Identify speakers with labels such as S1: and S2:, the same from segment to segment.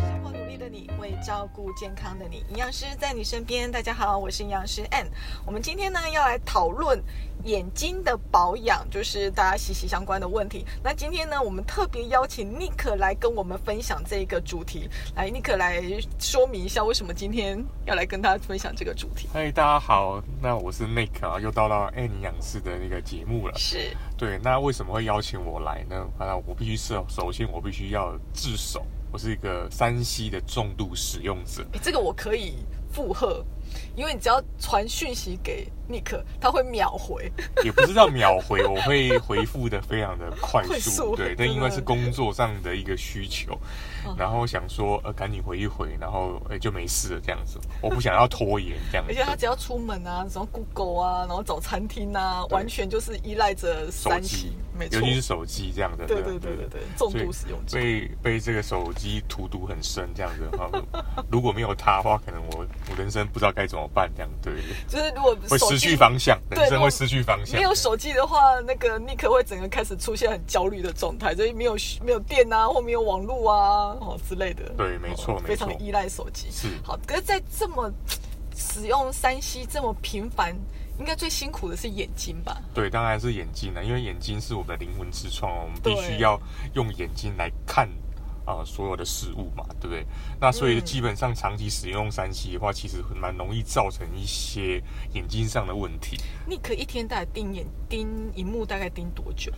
S1: 生活努力的你，为照顾健康的你，营养师在你身边。大家好，我是营养师 Ann。我们今天呢要来讨论眼睛的保养，就是大家息息相关的问题。那今天呢，我们特别邀请 Nick 来跟我们分享这个主题。来，Nick 来说明一下为什么今天要来跟大家分享这个主题。
S2: 嗨，大家好，那我是 Nick 啊，又到了 N 营养师的那个节目了。
S1: 是
S2: 对，那为什么会邀请我来呢？啊，我必须是首先我必须要自首，我是一个山西的重度使用者。
S1: 诶这个我可以附和，因为你只要传讯息给 Nick，他会秒回。
S2: 也不知道秒回，我会回复的非常的快
S1: 快速
S2: 速，对，
S1: 真
S2: 但
S1: 的
S2: 因为是工作上的一个需求
S1: 嗯，
S2: 然后想说呃赶紧回一回，然后哎、就没事了这样子，我不想要拖延这样
S1: 而且他
S2: 子。
S1: 只要出门啊，什么 Google 啊，然后找餐厅啊，
S2: 对
S1: 完全就是依赖着
S2: 手
S1: 三
S2: 机
S1: C，没，错
S2: 尤，其是手机这样的，啊
S1: 对对对对对，重度使用者。
S2: 被被这个手机荼毒很深这样子的话， 如果没有它的话，可能我我人生不知道该怎么办这样，对，
S1: 就是如果
S2: 会
S1: 手
S2: 失
S1: 机
S2: 去方向，
S1: 对
S2: 人
S1: 如
S2: 生
S1: 果
S2: 会失去方向。
S1: 没有手机的话，那个 Nick 会整个开始出现很焦虑的状态，就是没有没有电啊，或没有网络啊，哦之类的。
S2: 对没错
S1: 哦
S2: 没
S1: 非常
S2: 错
S1: 依赖手机。
S2: 是
S1: 好，可是，在这么使用三 C 这么频繁，应该最辛苦的是眼睛吧？
S2: 对，当然是眼睛啊了，因为眼睛是我们的灵魂之窗，我们
S1: 对
S2: 必须要用眼睛来看啊、所有的事物嘛，对不对？那所以
S1: 嗯
S2: 基本上长期使用三 C 的话，其实蛮容易造成一些眼睛上的问题。
S1: Nick 一天大概盯眼盯荧幕大概盯多久？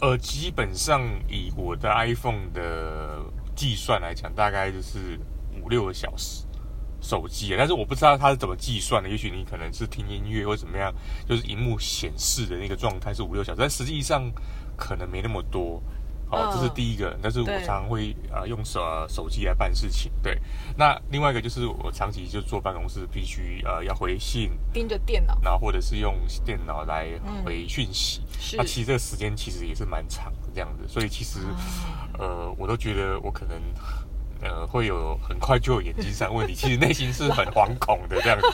S2: 呃，基本上以我的 iPhone 的计算来讲，大概就是五六个小时手机，啊但是我不知道它是怎么计算的。也许你可能是听音乐或怎么样，就是荧幕显示的那个状态是五六小时，但实际上可能没那么多。哦，这是
S1: 嗯
S2: 第一个，但是我
S1: 对
S2: 常常会呃用手、呃手机来办事情。对，那另外一个就是我长期就坐办公室，必须呃要回信，
S1: 盯着电脑。
S2: 然后或者是用电脑来回讯息。
S1: 是
S2: 啊那、其实这个时间其实也是蛮长的这样子，所以其实、
S1: 啊
S2: 呃，我都觉得我可能呃会有很快就有眼睛上问题，其实内心是很惶恐的这样子。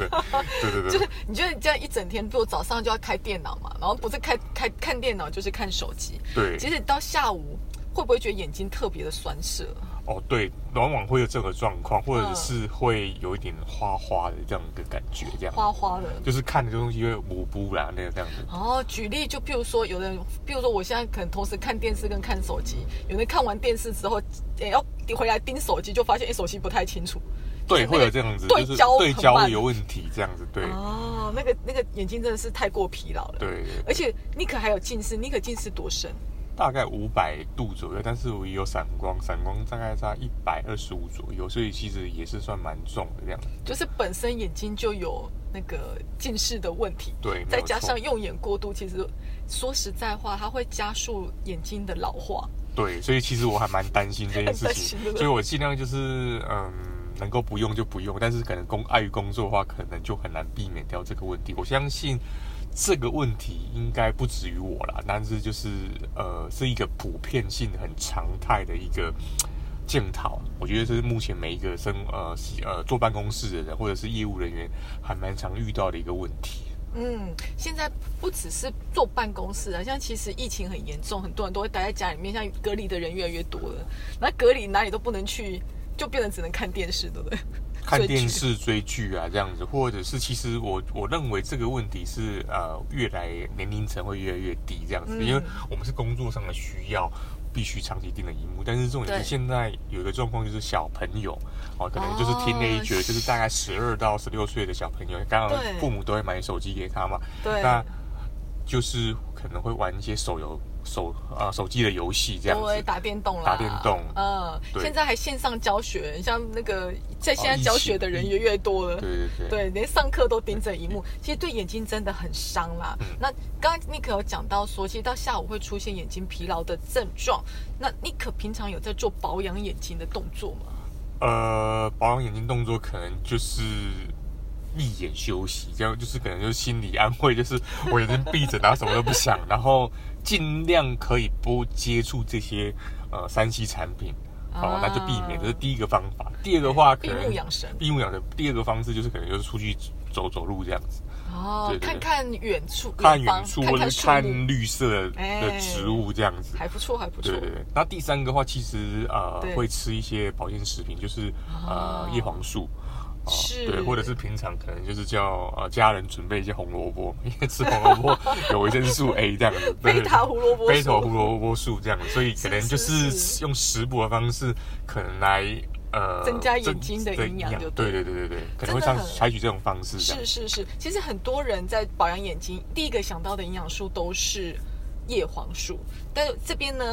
S2: 对 对
S1: 就
S2: 对
S1: 是你觉得这样一整天，比如早上就要开电脑嘛，然后不是开开看电脑就是看手机，
S2: 对
S1: 其
S2: 对，
S1: 实到下午会不会觉得眼睛特别的酸涩？
S2: 哦对，往往会有这个状况，或
S1: 嗯
S2: 者是会有一点花花的这样一个感觉，这样
S1: 花花的。
S2: 就是看的东西会模糊啦，那个这样子。
S1: 然后举例，就譬如说，有的人，譬如说，我现在可能同时看电视跟看手机，有人看完电视之后，也要回来盯手机，就发现哎、手机不太清楚。
S2: 对，
S1: 就是那
S2: 会
S1: 个
S2: 有这样子，
S1: 对
S2: 就是
S1: 焦
S2: 对
S1: 很
S2: 焦
S1: 慢
S2: 有问题这样子，对、
S1: 哦，那个那个眼睛真的是太过疲劳了。。
S2: 对，
S1: 而且尼克还有近视，尼克近视多深？
S2: 大概五百度左右，但是我也有散光，散光大概在一百二十五左右，所以其实也是算蛮重的这样。
S1: 就是本身眼睛就有那个近视的问题，
S2: 对，没
S1: 再
S2: 有
S1: 加
S2: 错
S1: 上用眼过度，其实说实在话，它会加速眼睛的老化。
S2: 对，所以其实我还蛮担心这件事
S1: 担
S2: 情
S1: 心对，不对
S2: 所以我尽量就是嗯，能够不用就不用，但是可能工碍于工作的话，可能就很难避免掉这个问题。我相信这个问题应该不止于我啦，但是就是呃，是一个普遍性很常态的一个。检讨，我觉得这是目前每一个生呃西呃坐办公室的人或者是业务人员还蛮常遇到的一个问题。
S1: 嗯，现在不只是坐办公室啊，像其实疫情很严重，很多人都会待在家里面，像隔离的人越来越多了，那隔离哪里都不能去，就变成只能看电视，对 不对？
S2: 看
S1: 追剧
S2: 电视追剧啊，这样子，或者是其实我我认为这个问题是呃，越来年龄层会越来越低这样子，
S1: 嗯
S2: 因为我们是工作上的需要，必须长期盯着荧幕。但是重点
S1: 对
S2: 是现在有一个状况就是小朋友哦，可能就是
S1: 哦
S2: teenager，、就是大概十二到十六岁的小朋友，当然
S1: 对
S2: 父母都会买手机给他嘛，
S1: 对，
S2: 那就是可能会玩一些手游手啊、手机的游戏这样
S1: 都会
S2: 子。
S1: 打电动啦，
S2: 打电动
S1: 嗯，
S2: 对
S1: 现在还线上教学，像那个在现在
S2: 哦疫情
S1: 教学的人也越多了，
S2: 对对对。
S1: 对，连上课都盯着荧幕，
S2: 嗯
S1: 其实对眼睛真的很伤啦。那刚刚 Nick 有讲到说，其实到下午会出现眼睛疲劳的症状。那 Nick 平常有在做保养眼睛的动作吗？
S2: 呃，保养眼睛动作可能就是闭眼休息，这样就是可能就是心理安慰，就是我眼睛闭着，然后什么都不想，然后尽量可以不接触这些呃三 C 产品，哦、
S1: 啊
S2: 那就避免，这是第一个方法。第二个话，可
S1: 闭
S2: 能
S1: 目养神
S2: 闭目养神。第二个方式就是可能就是出去走走路这样子，
S1: 哦
S2: 对对，对
S1: 看看远处，
S2: 看
S1: 远
S2: 远
S1: 方
S2: 处
S1: 看
S2: 或者
S1: 看
S2: 是
S1: 树
S2: 看
S1: 木哎
S2: 绿色的植物这样子。
S1: 还不错，还不错
S2: 对。对对，那第三个话，其实呃
S1: 对
S2: 会吃一些保健食品，就是
S1: 哦
S2: 呃叶黄素，哦
S1: 是
S2: 对，或者是平常可能就是叫呃家人准备一些红萝卜， 因为吃红 萝卜有维生素 A 这样子，对
S1: 贝塔胡萝卜素
S2: 贝塔胡萝卜素这样子，所以可能就
S1: 是
S2: 是是用食补的方式，可能来呃
S1: 增加眼睛的营养就
S2: 对
S1: 对
S2: 对对对对，可能
S1: 真
S2: 会
S1: 的
S2: 采
S1: 很
S2: 采取这种方式这样
S1: 是。是是，其实很多人在保养眼睛，第一个想到的营养素都是叶黄素。但是这边呢，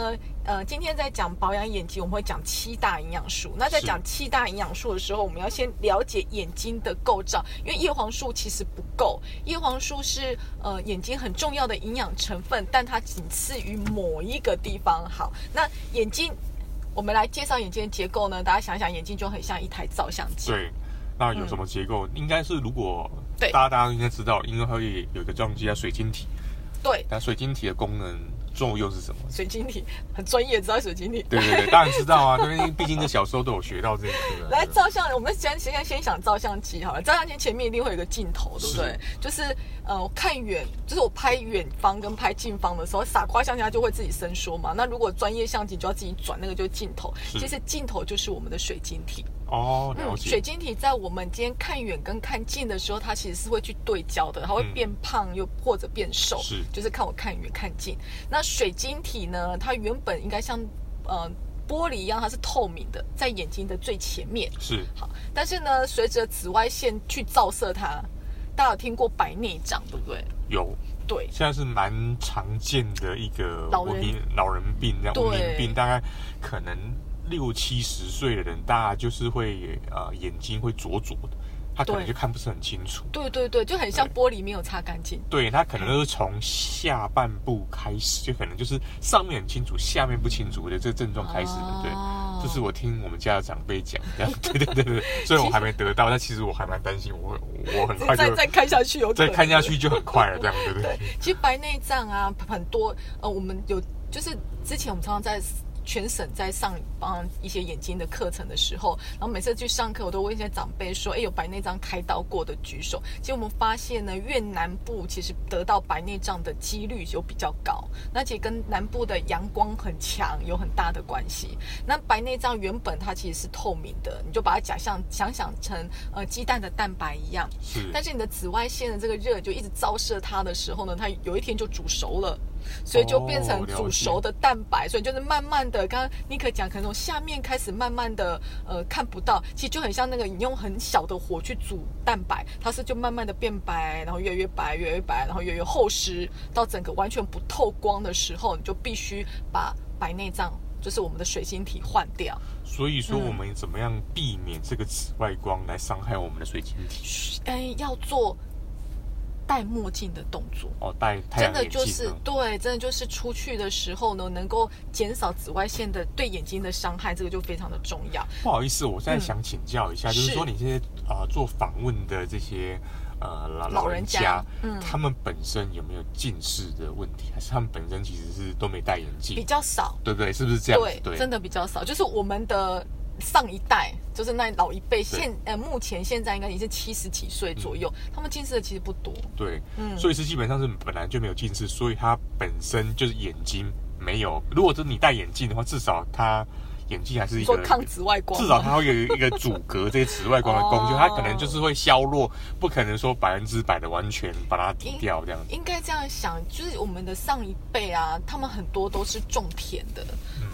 S1: 呃，今天在讲保养眼睛，我们会讲七大营养素。那在
S2: 是
S1: 讲七大营养素的时候，我们要先了解眼睛的构造，因为叶黄素其实不够，叶黄素是呃眼睛很重要的营养成分，但它仅次于某一个地方。好，那眼睛。我们来介绍眼睛的结构呢，大家想想，眼睛就很像一台照相机。
S2: 对，那有什么结构？应该是如果
S1: 嗯对
S2: 大家大家应该知道，因为它会有一个叫东西叫水晶体，
S1: 对，
S2: 那水晶体的功能作用是什么？
S1: 水晶体很专业，知道水晶体。
S2: 对对对，当然知道 啊，因为毕竟这小时候都有学到这个。
S1: 来照相，我们先先先想照相机好了。照相机前面一定会有一个镜头，对不对？就是呃，我看远，就是我拍远方跟拍近方的时候，傻瓜相机它就会自己伸缩嘛。那如果专业相机就要自己转，那个就是镜头。
S2: 是
S1: 其实镜头就是我们的水晶体。
S2: 哦，了
S1: 水
S2: 解。
S1: 晶体在我们今天看远跟看近的时候，它其实是会去对焦的，它会
S2: 嗯
S1: 变胖又或者变瘦，
S2: 是
S1: 就是看我看远看近。那水晶体呢，它原本应该像呃玻璃一样，它是透明的，在眼睛的最前面。
S2: 是
S1: 好，但是呢，随着紫外线去照射它，大家有听过白内障，对不对？
S2: 有，
S1: 对，
S2: 现在是蛮常见的一个
S1: 老
S2: 文
S1: 人
S2: 明老人病这样，
S1: 对
S2: 文明病大概可能六七十岁的人，大家就是会呃眼睛会灼灼的，他可能
S1: 对
S2: 就看不是很清楚。
S1: 对对对，就很像玻璃没有擦干净。
S2: 对，它可能就是从下半部开始，就可能就是上面很清楚，下面不清楚的这个症状开始的。对，
S1: 哦
S2: 这是我听我们家的长辈讲这样。对对对对， 虽然我还没得到，但其实我还蛮担心，我我很快
S1: 再
S2: 就
S1: 再看下去有可
S2: 再
S1: 能
S2: 看下去就很快了，这样对不对？
S1: 其实白内障啊，很多呃，我们有就是之前我们常常在全省在上帮一些眼睛的课程的时候，然后每次去上课，我都问一些长辈说：“哎，有白内障开刀过的举手。”其实我们发现呢，越南部其实得到白内障的几率有比较高，那其实跟南部的阳光很强有很大的关系。那白内障原本它其实是透明的，你就把它假象想想成呃鸡蛋的蛋白一样，
S2: 是，
S1: 但是你的紫外线的这个热就一直照射它的时候呢，它有一天就煮熟了，所以就变成
S2: 哦了
S1: 煮
S2: 解
S1: 熟的蛋白，所以就是慢慢的，刚刚尼克讲，可能从下面开始慢慢的呃看不到，其实就很像那个你用很小的火去煮蛋白，它是就慢慢的变白，然后越来越白，越来越白，然后越来越厚实，到整个完全不透光的时候，你就必须把白内障，就是我们的水晶体换掉。
S2: 所以说
S1: 嗯
S2: 我们怎么样避免这个紫外光来伤害我们的水晶体？
S1: 哎，要做戴墨镜的动作。
S2: 哦，戴太
S1: 真
S2: 阳
S1: 的
S2: 眼
S1: 就
S2: 镜
S1: 是
S2: 呢
S1: 对，真的就是出去的时候呢，能够减少紫外线的对眼睛的伤害，这个就非常的重要。
S2: 不好意思，我现在
S1: 嗯
S2: 想请教一下，就是
S1: 是
S2: 说你这些呃做访问的这些呃老
S1: 老
S2: 人
S1: 人家嗯
S2: 他们本身有没有近视的问题，还是他们本身其实是都没戴眼
S1: 比
S2: 镜，
S1: 较少，
S2: 对不对？是不是这样子？
S1: 对，真的比较少。就是我们的上一代，就是那老一辈，现呃目前现在应该已经是七十几岁左右，
S2: 嗯
S1: 他们近视的其实不多。
S2: 对，
S1: 嗯，
S2: 所以是基本上是本来就没有近视，所以他本身就是眼睛没有。如果是你戴眼镜的话，至少他眼睛还是一
S1: 说
S2: 个
S1: 抗紫外光吗，
S2: 至少它会有一个阻隔这些紫外光的工具，
S1: 哦
S2: 它可能就是会削弱，不可能说百分之百的完全把它抵掉这样子。
S1: 应该这样想，就是我们的上一辈啊，他们很多都是种田的，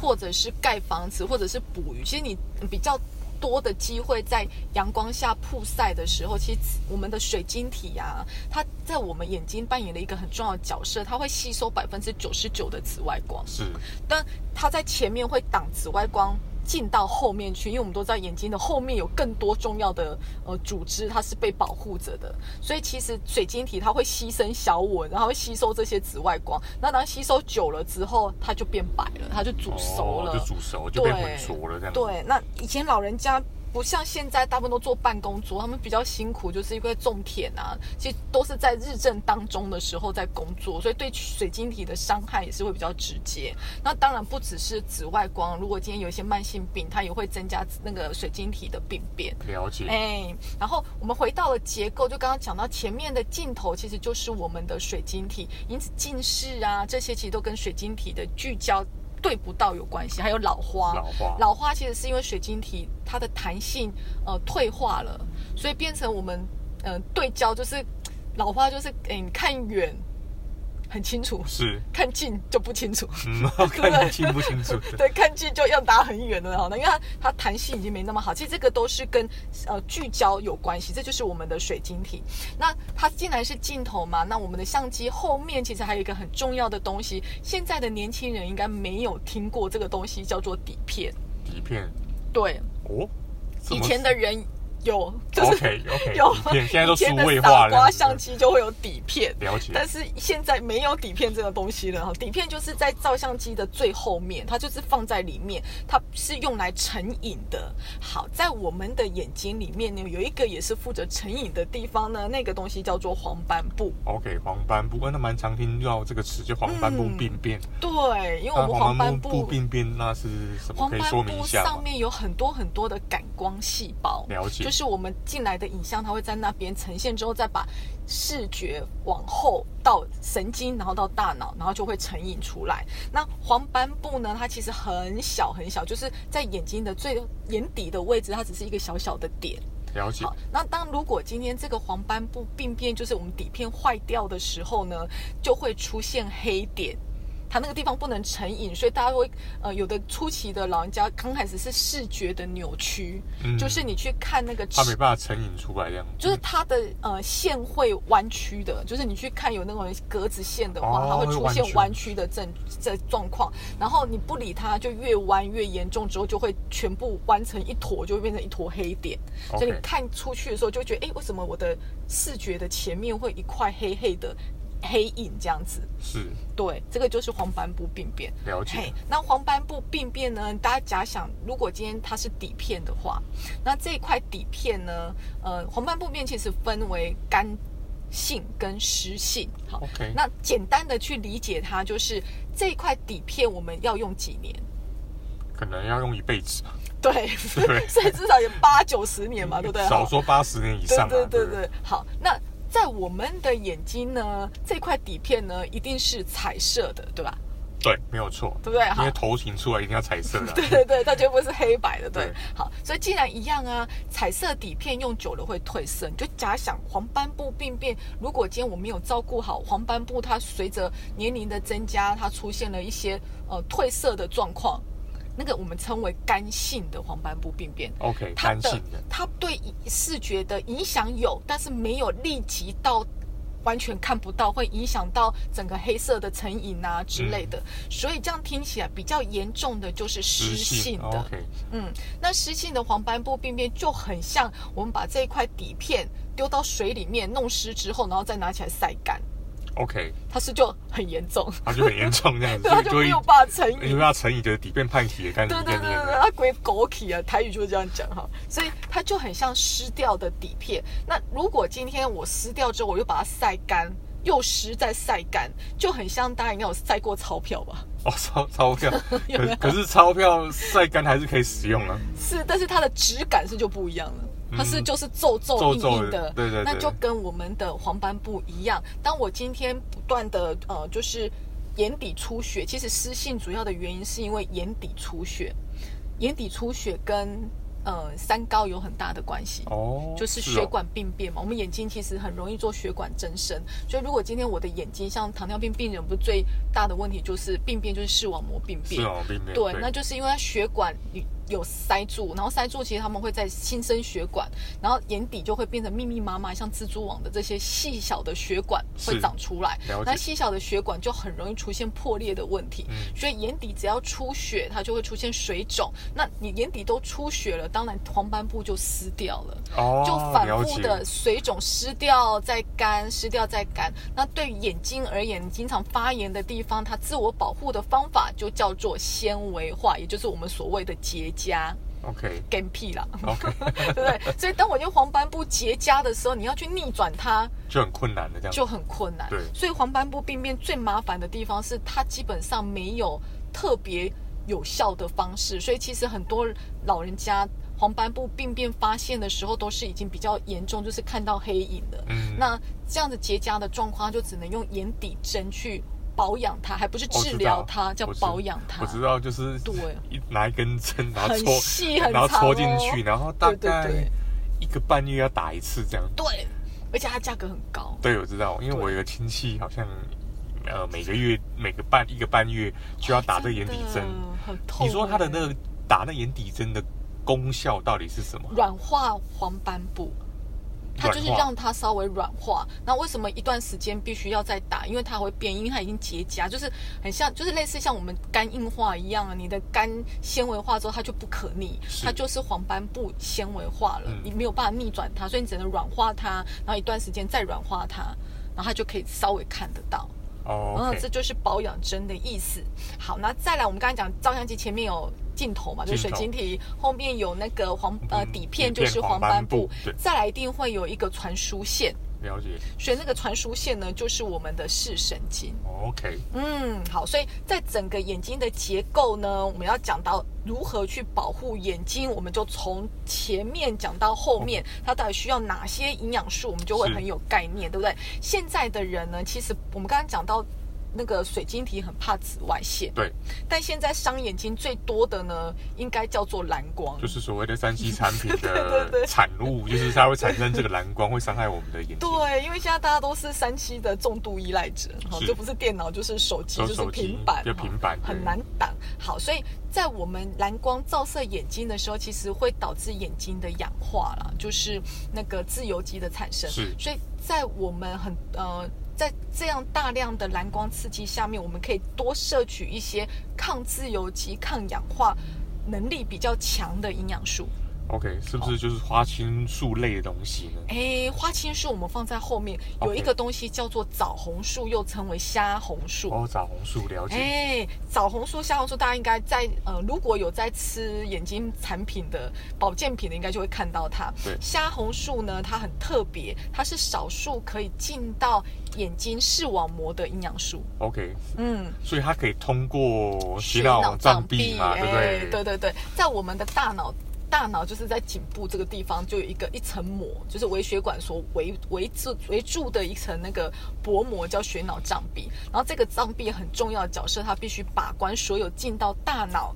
S1: 或者是盖房子，或者是捕鱼。其实你比较多的机会在阳光下曝晒的时候，其实我们的水晶体啊，它在我们眼睛扮演了一个很重要的角色，它会吸收百分之九十九的紫外光。
S2: 是，
S1: 但它在前面会挡紫外光进到后面去，因为我们都知道眼睛的后面有更多重要的呃组织，它是被保护着的。所以其实水晶体它会牺牲小我，然后会吸收这些紫外光。那当吸收久了之后，它就变白了，它就煮熟了。
S2: 哦就煮熟就变
S1: 对
S2: 混浊了这样子。
S1: 对，那以前老人家不像现在大部分都坐办公桌，他们比较辛苦，就是因为种田啊，其实都是在日正当中的时候在工作，所以对水晶体的伤害也是会比较直接。那当然不只是紫外光，如果今天有一些慢性病，它也会增加那个水晶体的病变。
S2: 了解。
S1: 哎，然后我们回到了结构，就刚刚讲到前面的镜头其实就是我们的水晶体，因此近视啊这些其实都跟水晶体的聚焦对不到有关系，还有老花。
S2: 老花，
S1: 老花其实是因为水晶体它的弹性呃退化了，所以变成我们呃对焦就是老花就是诶、你看远很清楚，
S2: 是，
S1: 看近就不清楚。
S2: 嗯，看你清不清楚。
S1: 对，看近就要打很远的哈，因为它它弹性已经没那么好。其实这个都是跟呃聚焦有关系，这就是我们的水晶体。那它既然是镜头嘛，那我们的相机后面其实还有一个很重要的东西，现在的年轻人应该没有听过这个东西，叫做底片。
S2: 底片
S1: 对，
S2: 哦，这
S1: 以
S2: 么
S1: 前的人有，就是
S2: OK OK，
S1: 有
S2: 底片现在都
S1: 以
S2: 数
S1: 前的
S2: 位化
S1: 傻
S2: 了
S1: 瓜，相机就会有底片。
S2: 了解。
S1: 但是现在没有底片这个东西了哈，底片就是在照相机的最后面，它就是放在里面，它是用来成瘾的。好，在我们的眼睛里面呢，有一个也是负责成瘾的地方呢，那个东西叫做黄斑部。
S2: OK，黄斑部，呃那蛮常听到这个词，就黄斑部
S1: 嗯
S2: 病变。
S1: 对，因为我
S2: 那
S1: 们
S2: 啊黄
S1: 黄
S2: 斑
S1: 斑
S2: 部
S1: 部，
S2: 病变那是什么？
S1: 黄
S2: 可以
S1: 斑
S2: 说明一
S1: 部
S2: 下
S1: 上
S2: 吗？
S1: 面有很多很多的感光细胞。
S2: 了解
S1: 就，是我们进来的影像，它会在那边呈现之后，再把视觉往后到神经，然后到大脑，然后就会成瘾出来。那黄斑部呢，它其实很小很小，就是在眼睛的最眼底的位置，它只是一个小小的点。
S2: 了解
S1: 好，，那当如果今天这个黄斑部病变，就是我们底片坏掉的时候呢，就会出现黑点。它那个地方不能成瘾，所以大家会呃，有的初期的老人家刚开始是视觉的扭曲，
S2: 嗯
S1: 就是你去看那个
S2: 它没办法成瘾出来这样。
S1: 就是它的呃线会弯曲的，就是你去看有那种格子线的话，
S2: 哦
S1: 它会出
S2: 会弯曲
S1: 现弯曲的症这状况。然后你不理它，就越弯越严重，之后就会全部弯成一坨，就会变成一坨黑点。
S2: OK
S1: 所以你看出去的时候，就会觉得哎，诶为什么我的视觉的前面会一块黑黑的黑影这样子？
S2: 是
S1: 对，这个就是黄斑部病变。
S2: 了
S1: 嘿
S2: 解，，
S1: 那黄斑部病变呢？大家假想，如果今天它是底片的话，那这一块底片呢，呃，黄斑部病变其实分为干性跟湿性。好
S2: OK
S1: 那简单的去理解它，就是这一块底片我们要用几年？
S2: 可能要用一辈子，
S1: 对，
S2: 对
S1: 所以至少有八九十年 嘛，对不对？
S2: 少
S1: 好
S2: 说八十年以上啊。
S1: 对对
S2: 不
S1: 对，好，那在我们的眼睛呢，这块底片呢，一定是彩色的，对吧？
S2: 对，没有错。
S1: 对不对？
S2: 因
S1: 好
S2: 为，头型出来一定要彩色的啊。
S1: 对对对，它绝不是黑白的，对。
S2: 对
S1: 好，所以既然一样啊，彩色底片用久了会褪色，你就假想黄斑部病变，如果今天我没有照顾好黄斑部，它随着年龄的增加，它出现了一些呃褪色的状况，那个我们称为干性的黄斑部病变。
S2: OK，
S1: 它
S2: 干性
S1: 的
S2: 的，
S1: 它对视觉的影响有，但是没有立即到完全看不到，会影响到整个黑色的成瘾啊之类的。所以这样听起来比较严重的就是湿性的。
S2: OK，
S1: 嗯，那湿性的黄斑部病变就很像我们把这一块底片丢到水里面弄湿之后，然后再拿起来晒干，
S2: OK，
S1: 它是就很严重，
S2: 它就很严重这样子，
S1: 对， 它就没有办法成瘾。
S2: 因为它成瘾就是底变判体，干你
S1: 对
S2: 一
S1: 对
S2: 个
S1: 对
S2: 念
S1: 对，
S2: 的，
S1: 它鬼枸杞啊，台语就是这样讲哈，所以它就很像湿掉的底片。那如果今天我湿掉之后，我又把它晒干，又湿再晒干，就很像大家应该有晒过钞票吧？
S2: 哦， 钞钞票，
S1: 有没有
S2: 可 可是钞票晒干还是可以使用啊。
S1: 是，但是它的质感是就不一样了。它是
S2: 嗯
S1: 就是皱皱
S2: 皱
S1: 硬
S2: 皱
S1: 硬
S2: 的
S1: 的，
S2: 对对
S1: 那
S2: 对
S1: 就跟我们的黄斑部一样。当我今天不断的呃，就是眼底出血，其实湿性主要的原因是因为眼底出血，眼底出血跟呃三高有很大的关系。
S2: 哦，
S1: 就是
S2: 哦
S1: 血管病变嘛。我们眼睛其实很容易做血管增生，所以如果今天我的眼睛像糖尿病病人，不是最大的问题就是病变，就是视网膜病变
S2: 是。哦，并没有
S1: 对，那就是因为它血管有塞住，然后塞住，其实他们会在新生血管，然后眼底就会变成密密麻麻，像蜘蛛网的这些细小的血管会
S2: 是
S1: 长出来
S2: 了解。
S1: 那细小的血管就很容易出现破裂的问题，
S2: 嗯
S1: 所以眼底只要出血，它就会出现水肿。那你眼底都出血了，当然黄斑部就撕掉了。
S2: 哦，
S1: 就反
S2: 了
S1: 复
S2: 解
S1: 的水肿湿掉再干，湿掉再干。那对于眼睛而言，你经常发炎的地方，它自我保护的方法就叫做纤维化，也就是我们所谓的结痂。
S2: OK
S1: 跟屁啦，
S2: OK，
S1: 对不对？所以当我用黄斑部结痂的时候，你要去逆转它
S2: 就很困难的这样子。
S1: 就很困难。
S2: 对
S1: 所以黄斑部病变最麻烦的地方是它基本上没有特别有效的方式，所以其实很多老人家黄斑部病变发现的时候都是已经比较严重，就是看到黑影了。
S2: 嗯，
S1: 那这样子结痂的状况，就只能用眼底针去保养它，还不是
S2: 我
S1: 治
S2: 知
S1: 疗
S2: 道
S1: 它，叫
S2: 我哦知
S1: 保养它。
S2: 我知道，就是
S1: 对
S2: 一拿一根针，然后
S1: 很
S2: 戳，
S1: 细很
S2: 然后戳进
S1: 长哦
S2: 去，然后大
S1: 对对
S2: 概
S1: 对
S2: 一个半月要打一次这样。
S1: 对，而且它价格很高。
S2: 对，我知道，因为
S1: 对
S2: 我有个亲戚好像，呃，每个月每个半一个半月就要打这个眼底
S1: 哦真。
S2: 针
S1: 的很痛。
S2: 你说他的那个打那眼底针的功效到底是什么？
S1: 软化黄斑部，它就是
S2: 软化
S1: 让它稍微软化。那为什么一段时间必须要再打？因为它会变硬，因为它已经结痂，就是很像，就是类似像我们肝硬化一样啊。你的肝纤维化之后，它就不可逆，
S2: 是
S1: 它就是黄斑部纤维化了，
S2: 嗯
S1: 你没有办法逆转它，所以你只能软化它，然后一段时间再软化它，然后它就可以稍微看得到。
S2: 哦
S1: 嗯，这
S2: ，OK，
S1: 就是保养针的意思。好，那再来，我们刚才讲照相机前面有镜头嘛，就是水晶
S2: 镜头
S1: 体，后面有那个黄呃
S2: 嗯
S1: 底
S2: 底
S1: 片，
S2: 片
S1: 就是
S2: 黄
S1: 黄
S2: 斑
S1: 斑部
S2: 部对，
S1: 再来一定会有一个传输线，
S2: 了解。
S1: 所以那个传输线呢，就是我们的视神经。
S2: 哦 OK，
S1: 嗯，好，所以在整个眼睛的结构呢，我们要讲到如何去保护眼睛，我们就从前面讲到后
S2: 哦
S1: 面，它到底需要哪些营养素，我们就会
S2: 是
S1: 很有概念，对不对？现在的人呢，其实我们刚刚讲到那个水晶体很怕紫外线，
S2: 对，
S1: 但现在伤眼睛最多的呢，应该叫做蓝光，
S2: 就是所谓的三 C 产品
S1: 对对
S2: 的
S1: 对
S2: 产物，就是它会产生这个蓝光，会伤害我们的眼睛。
S1: 对，因为现在大家都是三 C 的重度依赖者，哈，
S2: 是
S1: 就不是电脑就是手机
S2: 手
S1: 就是
S2: 手机
S1: 平板，
S2: 就
S1: 哈
S2: 平板对
S1: 很难挡。好，所以在我们蓝光照射眼睛的时候，其实会导致眼睛的氧化啦，就是那个自由基的产生。
S2: 是
S1: 所以在我们很呃。在这样大量的蓝光刺激下面，我们可以多摄取一些抗自由基、抗氧化能力比较强的营养素。
S2: OK，是
S1: 哦
S2: 不是就是花青素类的东西呢？
S1: 哎，花青素我们放在后面，有
S2: OK
S1: 一个东西叫做枣红素，又称为虾红素。
S2: 哦，枣红素了解。
S1: 哎，枣红素、虾红素，大家应该在呃，如果有在吃眼睛产品的保健品的，应该就会看到它。
S2: 对
S1: 虾红素呢，它很特别，它是少数可以进到眼睛视网膜的营养素。
S2: OK，
S1: 嗯，
S2: 所以它可以通过
S1: 血
S2: 血脑障壁嘛，对不
S1: 哎
S2: 对？
S1: 对对对，在我们的大脑。大脑就是在颈部这个地方，就有一个一层膜，就是微血管所围围住围住的一层那个薄膜，叫血脑障壁。然后这个障壁很重要的角色，它必须把关所有进到大脑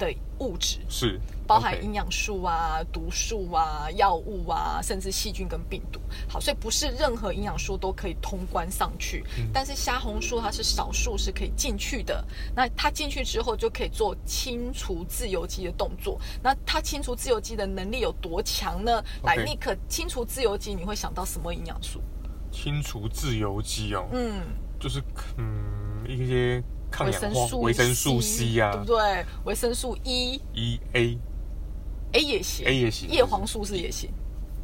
S1: 的物质，
S2: 是
S1: 包含
S2: OK
S1: 营养素啊、毒素啊、药物啊，甚至细菌跟病毒。好，所以不是任何营养素都可以通关上去，
S2: 嗯
S1: 但是虾红素它是少数是可以进去的。那它进去之后就可以做清除自由基的动作。那它清除自由基的能力有多强呢？来
S2: OK
S1: ，Nick，清除自由基你会想到什么营养素？
S2: 清除自由基哦，
S1: 嗯，
S2: 就是嗯一些抗
S1: 维
S2: 氧
S1: 生
S2: 化
S1: 素
S2: 维生素 C 啊
S1: 对不对？维生素 E。
S2: ，E A
S1: A 也行
S2: A 也行
S1: 叶黄素是也行。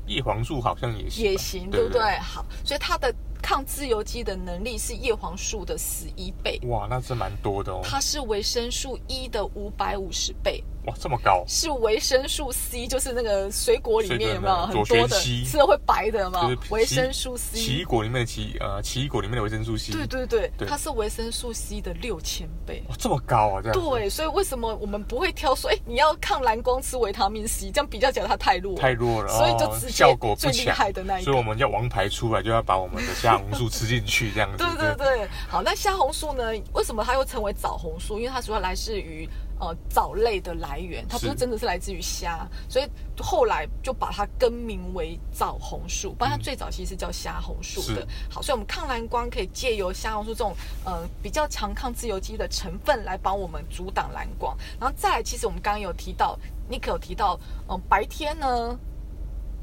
S2: 叶黄素好像也行吧，
S1: 也行，对
S2: 对
S1: 不对？？好，所以它的抗自由基的能力是叶黄素的十一倍，
S2: 哇，那真蛮多的哦，
S1: 它是维生素 E 的五百五十倍，
S2: 哇，这么高，
S1: 是维生素 C，就是那个水果里
S2: 水果
S1: 面有没
S2: 里面
S1: 有很多
S2: 左
S1: 的
S2: 旋西
S1: 吃了会白的嘛
S2: 就是？奇
S1: 维生素
S2: 奇异
S1: C，
S2: 果里面的奇呃奇异果里面的维生素 C，
S1: 对对对，
S2: 对
S1: 它是维生素 C 的六千倍。
S2: 哇，这么高啊，这样子
S1: 对，所以为什么我们不会挑说，哎，你要抗蓝光吃维他命 C，这样比较起来它太弱了，
S2: 太弱了，
S1: 所以就
S2: 哦
S1: 直接
S2: 效果不
S1: 最厉
S2: 强
S1: 害的那一个
S2: 所以我们要王牌出来，就要把我们的虾红素吃进去，这样子。
S1: 对对对，好，那虾红素呢？为什么它又称为藻红素？因为它主要来自于呃藻类的来源，它不是
S2: 是
S1: 真的是来自于虾，所以后来就把它更名为藻红素，不然它
S2: 嗯
S1: 最早其实是叫虾红素的
S2: 是。
S1: 好，所以我们抗蓝光可以借由虾红素这种呃比较强抗自由基的成分来帮我们阻挡蓝光，然后再来，其实我们刚刚有提到，尼克有提到，嗯、白天呢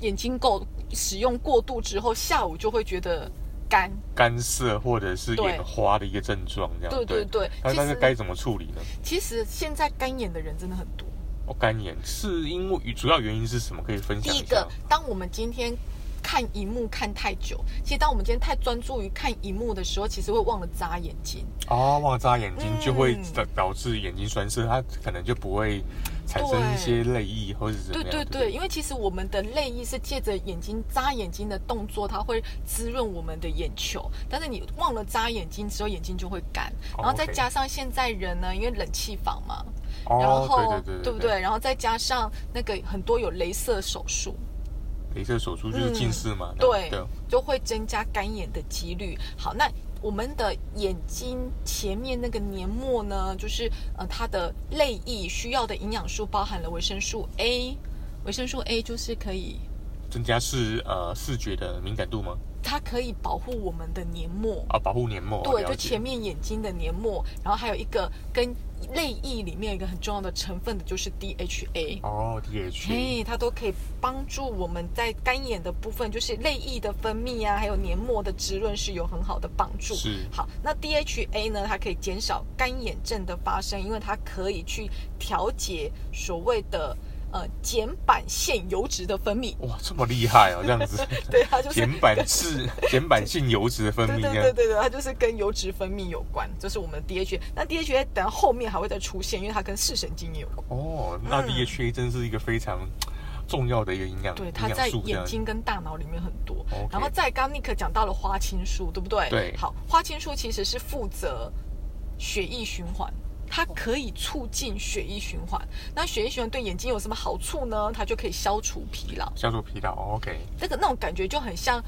S1: 眼睛够使用过度之后，下午就会觉得干。
S2: 干涩或者是眼花的一个症状，这样
S1: 对对对
S2: 那
S1: 其
S2: 那是
S1: 实
S2: 该怎么处理呢？
S1: 其实现在干眼的人真的很多。
S2: 哦，干眼是因为主要原因是什么？可以分享
S1: 第一
S2: 一下
S1: 个
S2: 吗。，
S1: 当我们今天看荧幕看太久，其实当我们今天太专注于看荧幕的时候，其实会忘了眨眼睛。
S2: 啊，忘了眨眼睛就会
S1: 嗯
S2: 导导致眼睛酸涩，它可能就不会产生一些泪液或者是怎
S1: 对
S2: 么样。
S1: 对
S2: 不
S1: 对，因为其实我们的泪液是借着眼睛眨眼睛的动作，它会滋润我们的眼球。但是你忘了眨眼睛之后，眼睛就会干。
S2: 哦
S1: 然后再
S2: OK
S1: 加上现在人呢，因为冷气房嘛，然
S2: 哦，
S1: 后
S2: 对对对
S1: 不对？然后再加上那个很多有镭射手术，
S2: 对？镭射手术就是近视嘛。
S1: 嗯对
S2: 对，
S1: 就会增加干眼的几率。好，那我们的眼睛前面那个黏膜呢，就是呃，它的泪液需要的营养素包含了维生素 A，维生素 A 就是可以。
S2: 增加视呃视觉的敏感度吗？
S1: 它可以保护我们的黏膜，
S2: 啊，保护黏膜。
S1: 对，
S2: 了
S1: 就
S2: 解
S1: 前面眼睛的黏膜，然后还有一个跟泪液里面有一个很重要的成分的就是 DHA。
S2: 哦，DHA
S1: 嘿，它都可以帮助我们在干眼的部分，就是泪液的分泌啊，还有黏膜的滋润是有很好的帮助。
S2: 是
S1: 好，那 DHA 呢，它可以减少干眼症的发生，因为它可以去调节所谓的呃睑板腺油脂的分泌。
S2: 哇，这么厉害哦，这样子。
S1: 对，它就是
S2: 睑板是睑板啊性油脂的分
S1: 对对
S2: 泌这
S1: 对
S2: 样。
S1: 对对，它就是跟油脂分泌有关，这是我们的 DHA。那 DHA 等后面还会再出现，因为它跟视神经也有关。
S2: 哦，那
S1: 嗯
S2: DHA 真是一个非常重要的一个营养
S1: 对，
S2: 呃营
S1: 它在
S2: 养素这
S1: 眼
S2: 样。
S1: 睛跟大脑里面很多。
S2: OK
S1: 然后再刚尼克讲到了花青素，对不对？
S2: 对
S1: 好，花青素其实是负责血液循环。它可以促进血液循环，那血液循环对眼睛有什么好处呢？它就可以消除疲劳，
S2: 消除疲劳哦，OK，
S1: 这个那种感觉就很像。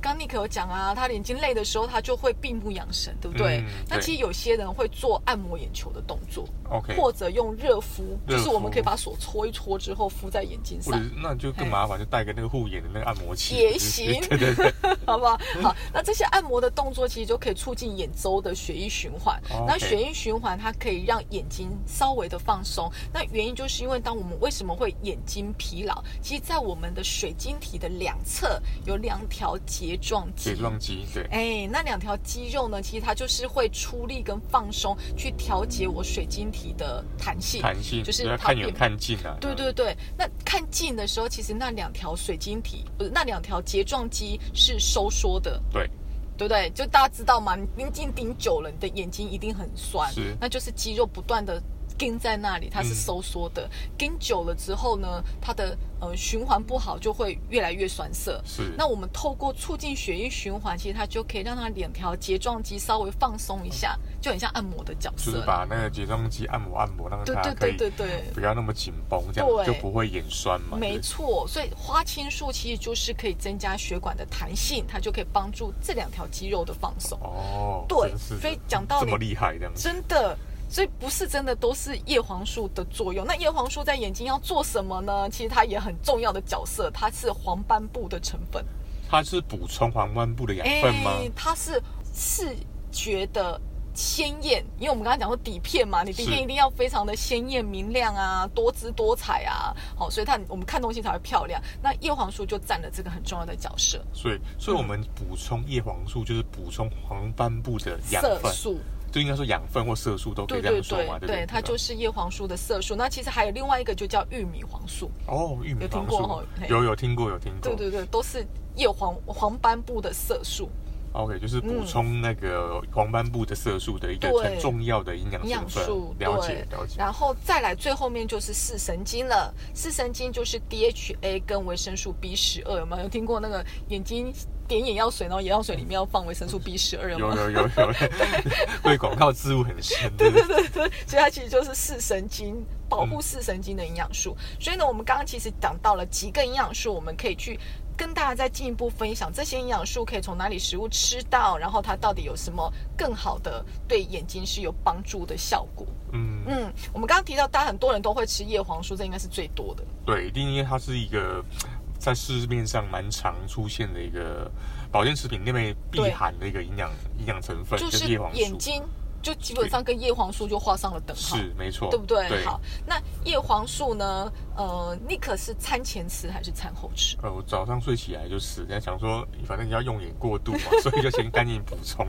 S1: 刚尼克有讲啊，他眼睛累的时候，他就会闭目养神，对不对？
S2: 嗯
S1: 那
S2: 对
S1: 其实有些人会做按摩眼球的动作
S2: OK
S1: 或者用热敷，
S2: 热敷
S1: 就是我们可以把手搓一搓之后敷在眼睛
S2: 或者
S1: 上，
S2: 是那就更麻烦，就带个那个护眼的那个按摩器
S1: 也
S2: 就是
S1: 行
S2: 对对对，
S1: 好不好？好，那这些按摩的动作其实就可以促进眼周的血液循环。
S2: 哦 OK
S1: 那血液循环它可以让眼睛稍微的放松。那原因就是因为当我们为什么会眼睛疲劳？其实，在我们的水晶体的两侧有两条睫状肌。
S2: 睫状肌对。
S1: 哎，那两条肌肉呢，其实它就是会出力跟放松，去调节我水晶体的弹性。
S2: 弹性
S1: 就是
S2: 要
S1: 它
S2: 看远
S1: 变
S2: 看近啊。
S1: 对对对，那看近的时候，其实那两条水晶体不是那两条睫状肌是收缩的，
S2: 对
S1: 对不对？就大家知道嘛，你盯近盯久了，你的眼睛一定很酸
S2: 是，
S1: 那就是肌肉不断的盯在那里，它是
S2: 嗯
S1: 收缩的。盯、久了之后呢，它的呃循环不好，就会越来越酸涩。
S2: 是。
S1: 那我们透过促进血液循环，其实它就可以让它两条睫状肌稍微放松一下，就很像按摩的角
S2: 嗯就
S1: 色
S2: 是
S1: 啦。
S2: 把那个睫状肌按摩按摩，让
S1: 对
S2: 它
S1: 对
S2: 可
S1: 对
S2: 以
S1: 对对。
S2: 不要那么紧绷，这样
S1: 对
S2: 就不会眼酸嘛。
S1: 没
S2: 对
S1: 错，所以花青素其实就是可以增加血管的弹性，它就可以帮助这两条肌肉的放松。
S2: 哦，
S1: 对
S2: 真是的
S1: 所以讲到
S2: 这
S1: 你
S2: 么厉害这样子，
S1: 真的，所以不是真的都是叶黄素的作用。那叶黄素在眼睛要做什么呢？其实它也很重要的角色，它是黄斑部的成分。
S2: 它是补充黄斑部的养分吗？
S1: 哎它是视觉的鲜艳，因为我们刚才讲说底片嘛，你底片
S2: 是
S1: 一定要非常的鲜艳明亮啊，多姿多彩啊，好，所以它我们看东西才会漂亮。那叶黄素就占了这个很重要的角色，
S2: 所以，所以我们补充叶黄素就是补充黄斑部的养
S1: 色
S2: 分，
S1: 素。
S2: 就应该说养分或色素都可
S1: 对
S2: 以这
S1: 对
S2: 样说
S1: 对
S2: 嘛，对不对？
S1: 对，它就是是叶黄素的色素。那其实还有另外一个就叫玉米黄素，
S2: 哦，玉米
S1: 有听
S2: 黄
S1: 过
S2: 素
S1: 哦嘿
S2: 有有听过有听过，
S1: 对对对，都是叶黄黄斑部的色素
S2: OK，就是补充那个黄斑部的色素的一个
S1: 对
S2: 很重要的营养
S1: 营养
S2: 成分
S1: 素。，
S2: 了解
S1: 对
S2: 了解。
S1: 然后再来最后面就是视神经了，视神经就是 DHA 跟维生素 B 十二，有没有有听过那个眼睛点眼药水，然后眼药水里面要放维生素 B 十二
S2: 有
S1: 吗？
S2: 有有有， 对广告植入很深，对对对，
S1: 所以它其实就是视神经保护视神经的营养素。
S2: 嗯
S1: 所以呢，我们刚刚其实讲到了几个营养素，我们可以去跟大家再进一步分享这些营养素可以从哪里食物吃到，然后它到底有什么更好的对眼睛是有帮助的效果。
S2: 嗯，
S1: 嗯，我们刚刚提到，大家很多人都会吃叶黄素，这应该是最多的。
S2: 对，一定因为它是一个在市面上蛮常出现的一个保健食品里面必
S1: 对
S2: 含的一个营养营养成分，
S1: 就
S2: 就是是叶黄
S1: 眼
S2: 素。
S1: 睛就基本上跟叶黄素就画上了等号。
S2: 是没错，
S1: 对不对？
S2: 对，
S1: 好，那叶黄素呢？呃，你可是餐前吃还是餐后吃？
S2: 呃，我早上睡起来就死，人家想说，反正你要用眼过度 嘛，所以就先赶紧补充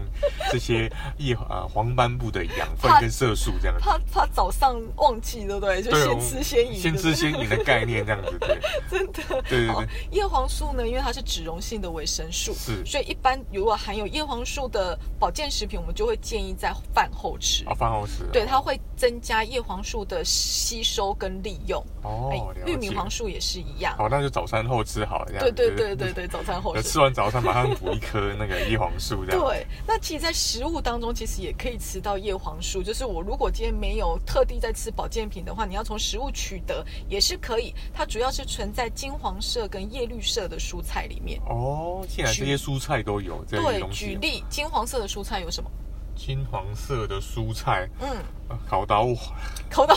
S2: 这些叶啊、黄斑部的养分跟色素这样子。
S1: 怕怕早上忘记，对不对？就
S2: 对，
S1: 先
S2: 我
S1: 吃先赢，
S2: 先
S1: 对不对
S2: 吃先赢的概念这样子，对，
S1: 真的。
S2: 对对
S1: 好
S2: 对，
S1: 叶黄素呢，因为它是脂溶性的维生素，
S2: 是
S1: 所以一般如果含有叶黄素的保健食品，我们就会建议在饭后吃。
S2: 啊，饭后吃，
S1: 对，它会增加叶黄素的吸收跟利用。
S2: 哦，了
S1: 玉
S2: 解。
S1: 哎米黄素也是一样。
S2: 好，那就早餐后吃好了，这样
S1: 对
S2: 子
S1: 对对对，对，早餐后
S2: 呃
S1: 吃
S2: 吃。完早餐马上补一颗那个叶黄素这样，，
S1: 对，那其实，在食物当中，其实也可以吃到叶黄素。就是我如果今天没有特地在吃保健品的话，你要从食物取得也是可以。它主要是存在金黄色跟叶绿色的蔬菜里面。
S2: 哦，竟然这些蔬菜都有这些
S1: 对，
S2: 东
S1: 举
S2: 西，
S1: 例，金黄色的蔬菜有什么？
S2: 金黄色的蔬菜，
S1: 嗯，
S2: 啊考倒我，
S1: 口到，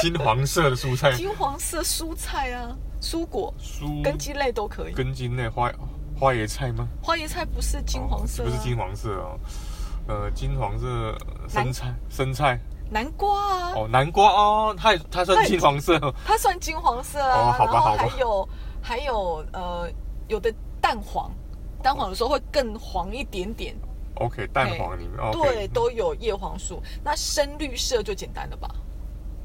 S2: 金黄色的蔬菜
S1: 金黄色蔬菜啊，
S2: 嗯
S1: 蔬果、
S2: 蔬
S1: 根茎类都可以。
S2: 根茎类花花椰菜吗？
S1: 花椰菜不是金黄色、
S2: 哦
S1: 啊
S2: 不是金黄色哦，呃，金黄色呃生菜，生菜
S1: 南瓜啊，
S2: 哦，南瓜哦，它也它算金黄色哦，
S1: 它算金黄色啊。
S2: 哦好吧
S1: 然后
S2: 好吧
S1: 还有还有呃，有的蛋黄，蛋黄有时候会更黄一点点。
S2: OK，蛋黄里面哦，
S1: 对，都有叶黄素。那深绿色就简单了吧？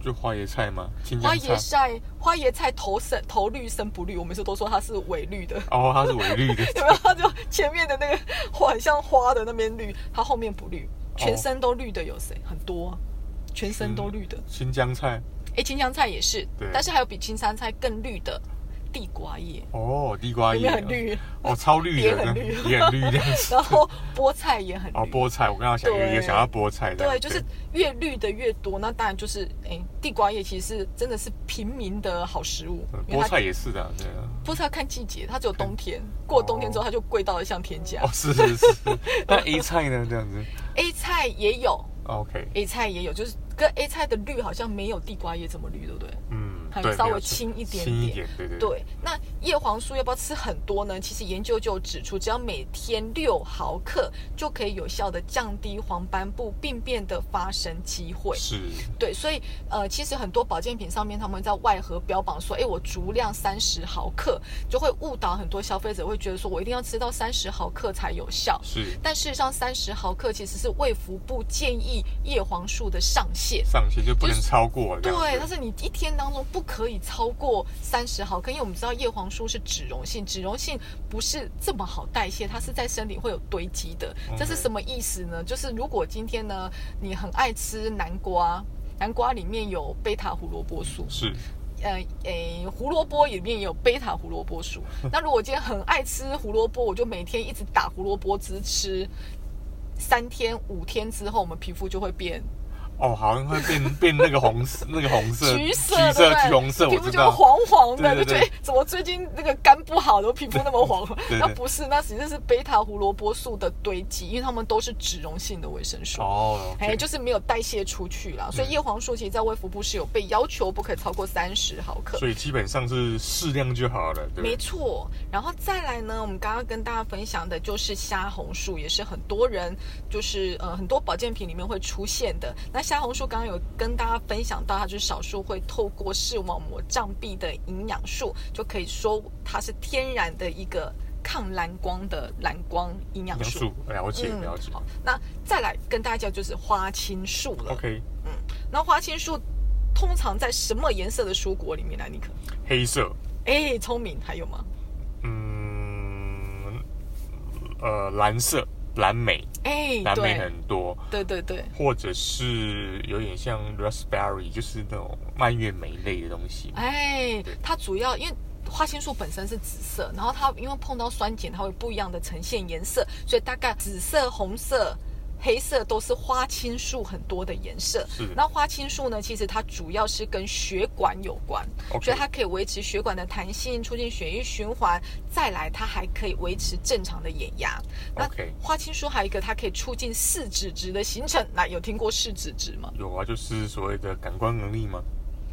S2: 就花椰菜吗？青
S1: 花
S2: 江菜
S1: 椰菜，花椰菜头深头绿深不绿，我每次都说它是伪绿的。
S2: 哦，它是尾绿的
S1: 有没有？它就前面的那个花很像花的那边绿，它后面不绿，全身都绿的有谁？很多啊、全身都绿的。
S2: 青江菜
S1: 哎、青香菜也是
S2: 嗯对，
S1: 但是还有比青香菜更绿的地瓜叶，
S2: 哦，地瓜
S1: 里
S2: 叶
S1: 面很绿，
S2: 哦，超绿的，
S1: 也很绿
S2: 这样也很绿这样 子。
S1: 然后菠菜也很绿。
S2: 哦，菠菜，我刚刚想
S1: 对
S2: 也也想要菠菜这样
S1: 对，就是越绿的越多，那当然就是哎、地瓜叶其实是真的是平民的好食物
S2: 嗯，
S1: 因为
S2: 菠
S1: 它
S2: 菜也是的，对啊。
S1: 菠菜要看季节，它只有冬天，过冬天之后它就贵到了像天价
S2: 哦，。是是 是。那 A 菜呢？这样子
S1: A 菜也有
S2: ，OK，
S1: ，A 菜也有，就是跟 A 菜的绿好像没有地瓜叶这么绿，对不对？
S2: 嗯，
S1: 还有
S2: 对，
S1: 稍微
S2: 没有错
S1: 轻一点
S2: 轻一
S1: 点
S2: 点，对对。
S1: 对，那叶黄素要不要吃很多呢？其实研究就有指出，只要每天六毫克就可以有效的降低黄斑部病变的发生机会。
S2: 是，
S1: 对，所以呃，其实很多保健品上面他们在外盒标榜说，哎，我足量三十毫克，就会误导很多消费者，会觉得说我一定要吃到三十毫克才有效。
S2: 是
S1: 但事实上，三十毫克其实是卫福部建议叶黄素的上限。
S2: 上限就不
S1: 就
S2: 能
S1: 是
S2: 超过这样子。
S1: 对，它是你一天当中不可以超过三十毫克，因为我们知道叶黄素是脂溶性，脂溶性不是这么好代谢，它是在身体会有堆积的。这是
S2: OK
S1: 什么意思呢？就是如果今天呢，你很爱吃南瓜。南瓜里面有贝塔胡萝卜素，
S2: 是
S1: 呃，诶，胡萝卜里面也有贝塔胡萝卜素。那如果今天很爱吃胡萝卜，我就每天一直打胡萝卜汁吃，三天五天之后，我们皮肤就会变
S2: 哦，好像会变变那个红色，那个红色，
S1: 橘色，对不
S2: 橘色，
S1: 对
S2: 橘红色，
S1: 皮
S2: 我
S1: 肤
S2: 知
S1: 就会
S2: 道。
S1: 黄黄的，
S2: 对对
S1: 就觉得
S2: 对
S1: 诶怎么最近那个肝不好，怎么皮肤那么黄？
S2: 对对
S1: 那不是，那其实是贝塔胡萝卜素的堆积，因为它们都是脂溶性的维生素。
S2: 哦，嗯
S1: 哎，就是是没有代谢出去啦，所以叶黄素其实在卫福部是有被要求不可以超过三十毫克。
S2: 所以基本上是适量就好了，对不对
S1: 没错，然后再来呢，我们刚刚跟大家分享的就是虾红素，也是很多人就是呃很多保健品里面会出现的。那虾红素刚刚有跟大家分享到，它就是少数会透过视网膜障壁的营养素，就可以说它是天然的一个抗蓝光的蓝光营养
S2: 描
S1: 素。
S2: 述了解了解。
S1: 嗯好，那再来跟大家讲就是花青素了。
S2: OK，
S1: 那花青素通常在什么颜色的蔬果里面啊来？尼克，
S2: 黑色，
S1: 哎，聪明，还有吗？
S2: 嗯，呃，蓝色，蓝莓，
S1: 哎，
S2: 蓝莓
S1: 对，
S2: 很多，
S1: 对对对。
S2: 或者是有点像 raspberry，就是那种蔓越莓类的东西。
S1: 哎，它主要因为花青素本身是紫色，然后它因为碰到酸碱，它会不一样的呈现颜色，所以大概紫色、红色。黑色都是花青素很多的颜色
S2: 是，
S1: 那花青素呢？其实它主要是跟血管有关
S2: OK
S1: 所以它可以维持血管的弹性，促进血液循环。再来，它还可以维持正常的眼压。那
S2: OK
S1: 花青素还有一个，它可以促进视脂质的形成。那有听过视脂质吗？
S2: 有啊，就是所谓的感官能力吗？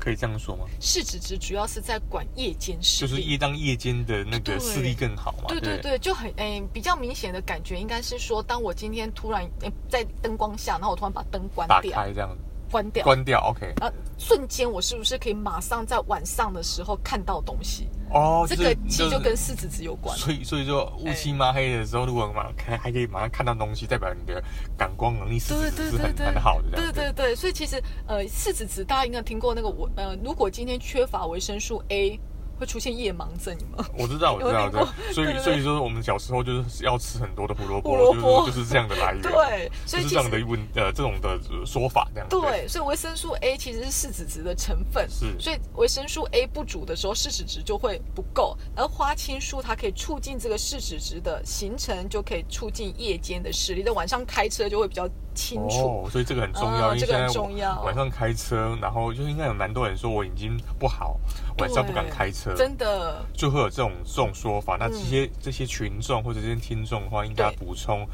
S2: 可以这样说吗？
S1: 是指指主要是在管夜间视
S2: 就
S1: 力，
S2: 是夜当夜间的那个
S1: 对
S2: 视力更好嘛？
S1: 对
S2: 对
S1: 对
S2: 不，
S1: 对，就很诶、比较明显的感觉应该是说，当我今天突然、诶在灯光下，然后我突然把灯关
S2: 打
S1: 掉，
S2: 开这样子，
S1: 关掉，
S2: 关掉，OK。
S1: 然后瞬间我是不是可以马上在晚上的时候看到东西？
S2: 哦，
S1: 这
S2: 就
S1: 个
S2: 是
S1: 其实就跟四子子有关。
S2: 所以所以说乌漆嘛黑的时候，如果马上看还可以马上看到东西，代表你的感光能力是
S1: 对对
S2: 是
S1: 对
S2: 很
S1: 对，
S2: 很好的这
S1: 对
S2: 样子。
S1: 对对，所以其实呃，四子子大家应该听过那个我呃，如果今天缺乏维生素 A，会出现夜盲症吗？
S2: 我知道，我知道，
S1: 有听
S2: 我知
S1: 过
S2: 道。所
S1: 对对
S2: 以
S1: 对
S2: 所以说我们小时候就是要吃很多的胡萝
S1: 胡萝
S2: 卜，
S1: 卜
S2: 就是就是这样的来源。
S1: 对，所以其
S2: 就是这样的
S1: 实
S2: 一问呃这种的呃说法这样子。
S1: 对，所以维生素 A 其实是四子值的成分，
S2: 是
S1: 所以维生素 A 不足的时候，视脂质就会不够，而花青素它可以促进这个视脂质的形成，就可以促进夜间的视力，在晚上开车就会比较清楚。
S2: 哦，所以这个很重
S1: 嗯
S2: 要，因为
S1: 这
S2: 现
S1: 个
S2: 在
S1: 很
S2: 我
S1: 重要
S2: 晚上开车，然后就是应该有蛮多人说我眼睛不好，晚上不敢
S1: 对
S2: 开车，
S1: 真的，
S2: 就会有这种这种说法。那
S1: 嗯
S2: 这些、这些群众或者这些听众的话，应该要
S1: 对
S2: 补充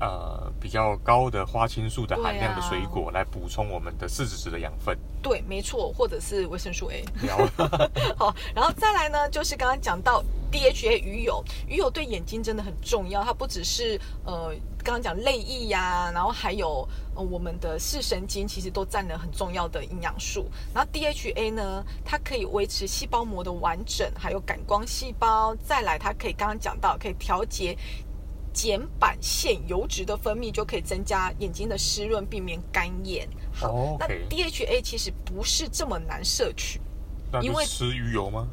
S2: 呃比较高的花青素的含量的
S1: 对啊
S2: 水果，来补充我们的四脂质的养 分。
S1: 对，没错，或者是维生素 A。
S2: 聊
S1: 好，然后再来呢，就是刚刚讲到 DHA 鱼油，鱼油对眼睛真的很重要，它不只是呃刚刚讲泪液呀、然后还有、呃、我们的视神经，其实都占了很重要的营养素。然后 DHA 呢，它可以维持细胞膜的完整，还有感光细胞。再来，它可以刚刚讲到，可以调节。睑板腺油脂的分泌就可以增加眼睛的湿润，避免干眼。好
S2: 哦
S1: 那
S2: OK
S1: DHA 其实不是这么难摄取，
S2: 那
S1: 因
S2: 就
S1: 为
S2: 吃鱼油吗？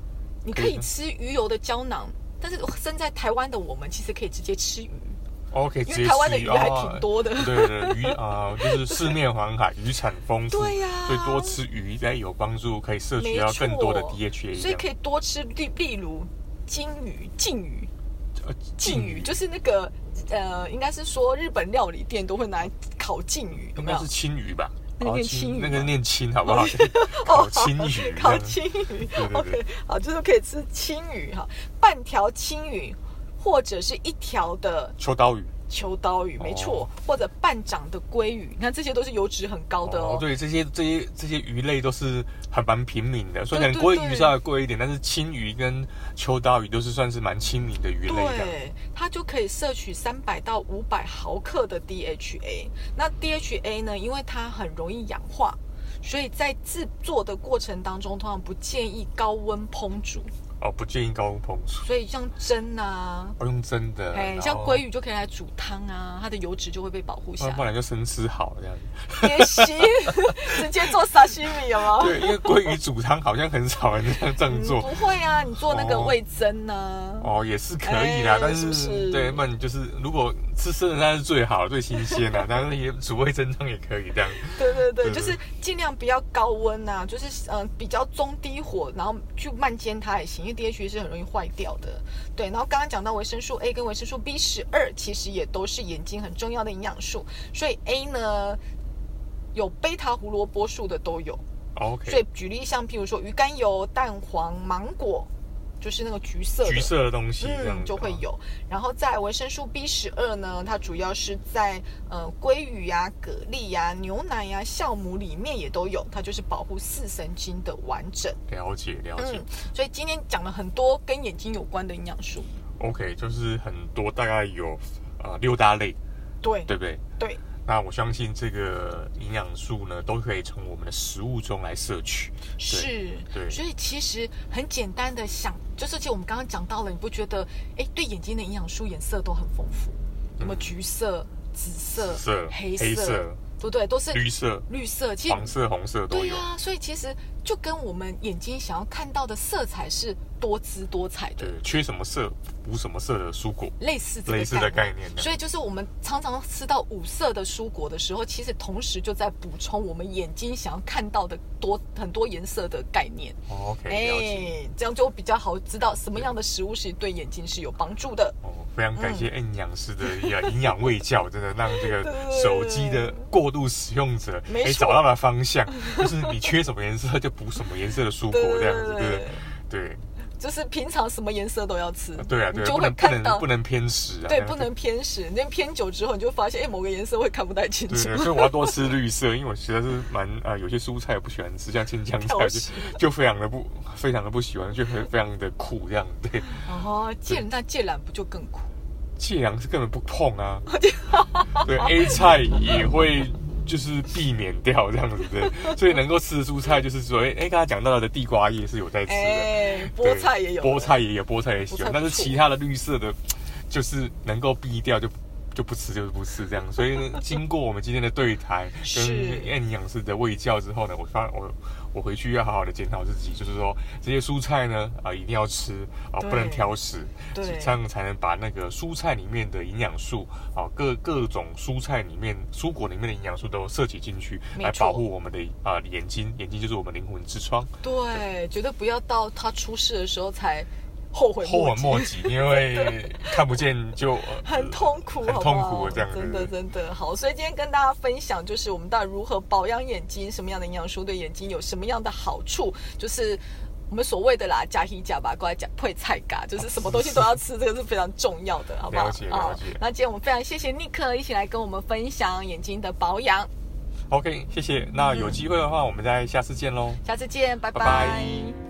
S1: 你可以吃鱼油的胶囊，但是身在台湾的我们其实可以直接吃鱼，
S2: 哦，可以直
S1: 因
S2: 接
S1: 为台湾的
S2: 吃
S1: 鱼还
S2: 哦
S1: 挺多的。
S2: 对对对，鱼啊、就是四面环海，渔产丰富，
S1: 对呀
S2: 所以多吃鱼应该有帮助，可以摄取
S1: 没
S2: 到更多的
S1: 错
S2: DHA
S1: 所以可
S2: 以
S1: 以多吃，例例如金鱼、鲭鱼、
S2: 呃
S1: 鲭鱼，就是是那个呃，应该是说日本料理店都会拿来烤鲭鱼，有
S2: 应
S1: 没
S2: 该
S1: 有
S2: 是？青鱼吧？
S1: 那个
S2: 哦
S1: 念青鱼
S2: 那个
S1: 吗
S2: 念青好不 好？烤青鱼，
S1: 烤青鱼
S2: 对对对
S1: ，OK，好，就是可以吃青鱼哈，半条青鱼或者是一条的
S2: 秋刀鱼。
S1: 秋刀鱼，没错，
S2: 哦
S1: 或者半掌的鲑鱼，你看这些都是油脂很高的哦
S2: 对，这些这些这些鱼类都是很蛮平民的，虽
S1: 对
S2: 然
S1: 对
S2: 鲑
S1: 对
S2: 鱼稍微贵一点，但是青鱼跟秋刀鱼都是算是蛮亲民的鱼类的。
S1: 对，它就可以摄取三百到五百毫克的 DHA。那 DHA 呢，因为它很容易氧化，所以在制作的过程当中，通常不建议高温烹煮。
S2: 哦，不建议高温烹煮，
S1: 所以像蒸啊，
S2: 哦，用蒸的，
S1: 哎，
S2: 然
S1: 像
S2: 后
S1: 鲑，鱼就可以来煮汤啊，它的油脂就会被保护下
S2: 不
S1: 来。
S2: 然就生吃好了这样子。
S1: 也行，直接做沙西米有吗？
S2: 对，因为鲑鱼煮汤好像很少人这样这样
S1: 嗯
S2: 做
S1: 不。会啊，你做那个
S2: 哦
S1: 味增啊呢、
S2: 哦，也是可以啦，
S1: 哎
S2: 但
S1: 是不
S2: 是
S1: 是
S2: 对，那你就是如果吃生的那是最好、最新鲜的， 但是也煮味增汤也可以这样。
S1: 对对对，
S2: 对
S1: 就是尽量不要高温呐、就是嗯、呃比较中低火，然后去慢煎它也行，因为 DHA 是很容易坏掉的。对，然后刚刚讲到维生素 A 跟维生素 B 十二，其实也都是眼睛很重要的营养素，所以 A 呢。有贝塔胡萝卜素的都有，所
S2: OK，
S1: 以举例像譬如说鱼肝油、蛋黄、芒果，就是那个橘色的，
S2: 橘色的东西这样
S1: 嗯
S2: 子
S1: 就会
S2: 哦
S1: 有。然后在维生素 B 十二呢，它主要是在呃鲑鱼呀、蛤蜊呀、牛奶呀、酵母里面也都有，它就是保护视神经的完整。
S2: 了解了解
S1: 嗯。，所以今天讲了很多跟眼睛有关的营养素。
S2: OK，就是很多大概有呃六大类，
S1: 对
S2: 对不对？
S1: 对
S2: 那我相信这个营养素呢，都可以从我们的食物中来摄取。
S1: 是，
S2: 对
S1: 所以其实很简单的想，就是其实我们刚刚讲到了，你不觉得哎，对眼睛的营养素颜色都很丰富，什么
S2: 嗯
S1: 橘色、紫色、
S2: 紫色
S1: 黑
S2: 黑色
S1: 对不对？都是
S2: 绿色、
S1: 绿色，其实
S2: 黄色、红色都
S1: 对
S2: 有。
S1: 啊，所以其实就跟我们眼睛想要看到的色彩是多姿多彩的，
S2: 对，缺什么色补什么色的蔬果，
S1: 类似这个
S2: 类似的概念呢。
S1: 所以就是我们常常吃到五色的蔬果的时候，其实同时就在补充我们眼睛想要看到的多很多颜色的概念。哎
S2: 哦 OK，了解。
S1: 这样就比较好知道什么样的食物是对眼睛是有帮助的。
S2: 哦，非常感
S1: 嗯
S2: 谢 N 养师的 呃营养卫教，真的让这个
S1: 对
S2: 手机的过度使用者
S1: 没
S2: 诶
S1: 错
S2: 找到了方向，就是你缺什么颜色就补什么颜色的蔬果
S1: 对对
S2: 这样子，
S1: 对
S2: 对
S1: 对
S2: 对。
S1: 就是平常什么颜色都要吃，
S2: 对啊，对
S1: 你
S2: 啊，
S1: 就
S2: 不
S1: 会
S2: 能不
S1: 看
S2: 能
S1: 到
S2: 不，能偏食啊，
S1: 对，
S2: 那样
S1: 不能偏食，那偏久之后你就发现，哎，某个颜色会看不太清
S2: 对
S1: 楚
S2: 对，。所以我要多吃绿色，因为我实在是蛮啊、呃有些蔬菜我不喜欢吃，像 青江菜
S1: 挑
S2: 就
S1: 食
S2: 就非常的不非常的不喜欢，就很非常的苦这样。对，
S1: 哦，芥那芥蓝不就更苦？
S2: 芥蓝是根本不碰啊，对 A 菜也会就是避免掉这样子对，所以能够吃的蔬菜就是说，哎、哎，刚才讲到的地瓜叶是有在吃的，
S1: 哎，
S2: 对
S1: 菠菜也有，
S2: 菠菜也有，菠菜也喜
S1: 菠
S2: 欢
S1: 菜，不
S2: 但是
S1: 错
S2: 其他的绿色的，就是能够避掉就就不吃，就是不吃这样。所以呢，经过我们今天的对谈跟
S1: 是
S2: 营养师的喂教之后呢，我发我我回去要好好的检讨自己，就是说这些蔬菜呢啊、一定要吃啊、
S1: 对
S2: 不能挑食，
S1: 对
S2: 这样才能把那个蔬菜里面的营养素啊、各各种蔬菜里面蔬果里面的营养素都摄取进去，
S1: 没
S2: 来
S1: 错
S2: 保护我们的啊、眼睛，眼睛就是我们灵魂之窗。
S1: 对，绝对不要到他出事的时候才后悔
S2: 后
S1: 莫
S2: 悔
S1: 及，
S2: 莫及，因为看不见就呃
S1: 很痛苦，
S2: 很
S1: 好不
S2: 痛
S1: 好
S2: 苦这样子。
S1: 真的真的好。所以今天跟大家分享，就是我们到底如何保养眼睛，什么样的营养素对眼睛有什么样的好处，就是。我们所谓的啦，假皮假吧，过来讲配菜嘎，就是什么东西都要吃，这个是非常重要的，好不好？啊
S2: 了解了解
S1: 那今天我们非常谢谢尼克一起来跟我们分享眼睛的保养，
S2: OK，谢谢。那有机会的话，我们再下次见喽。
S1: 下次见，
S2: 拜拜
S1: 拜拜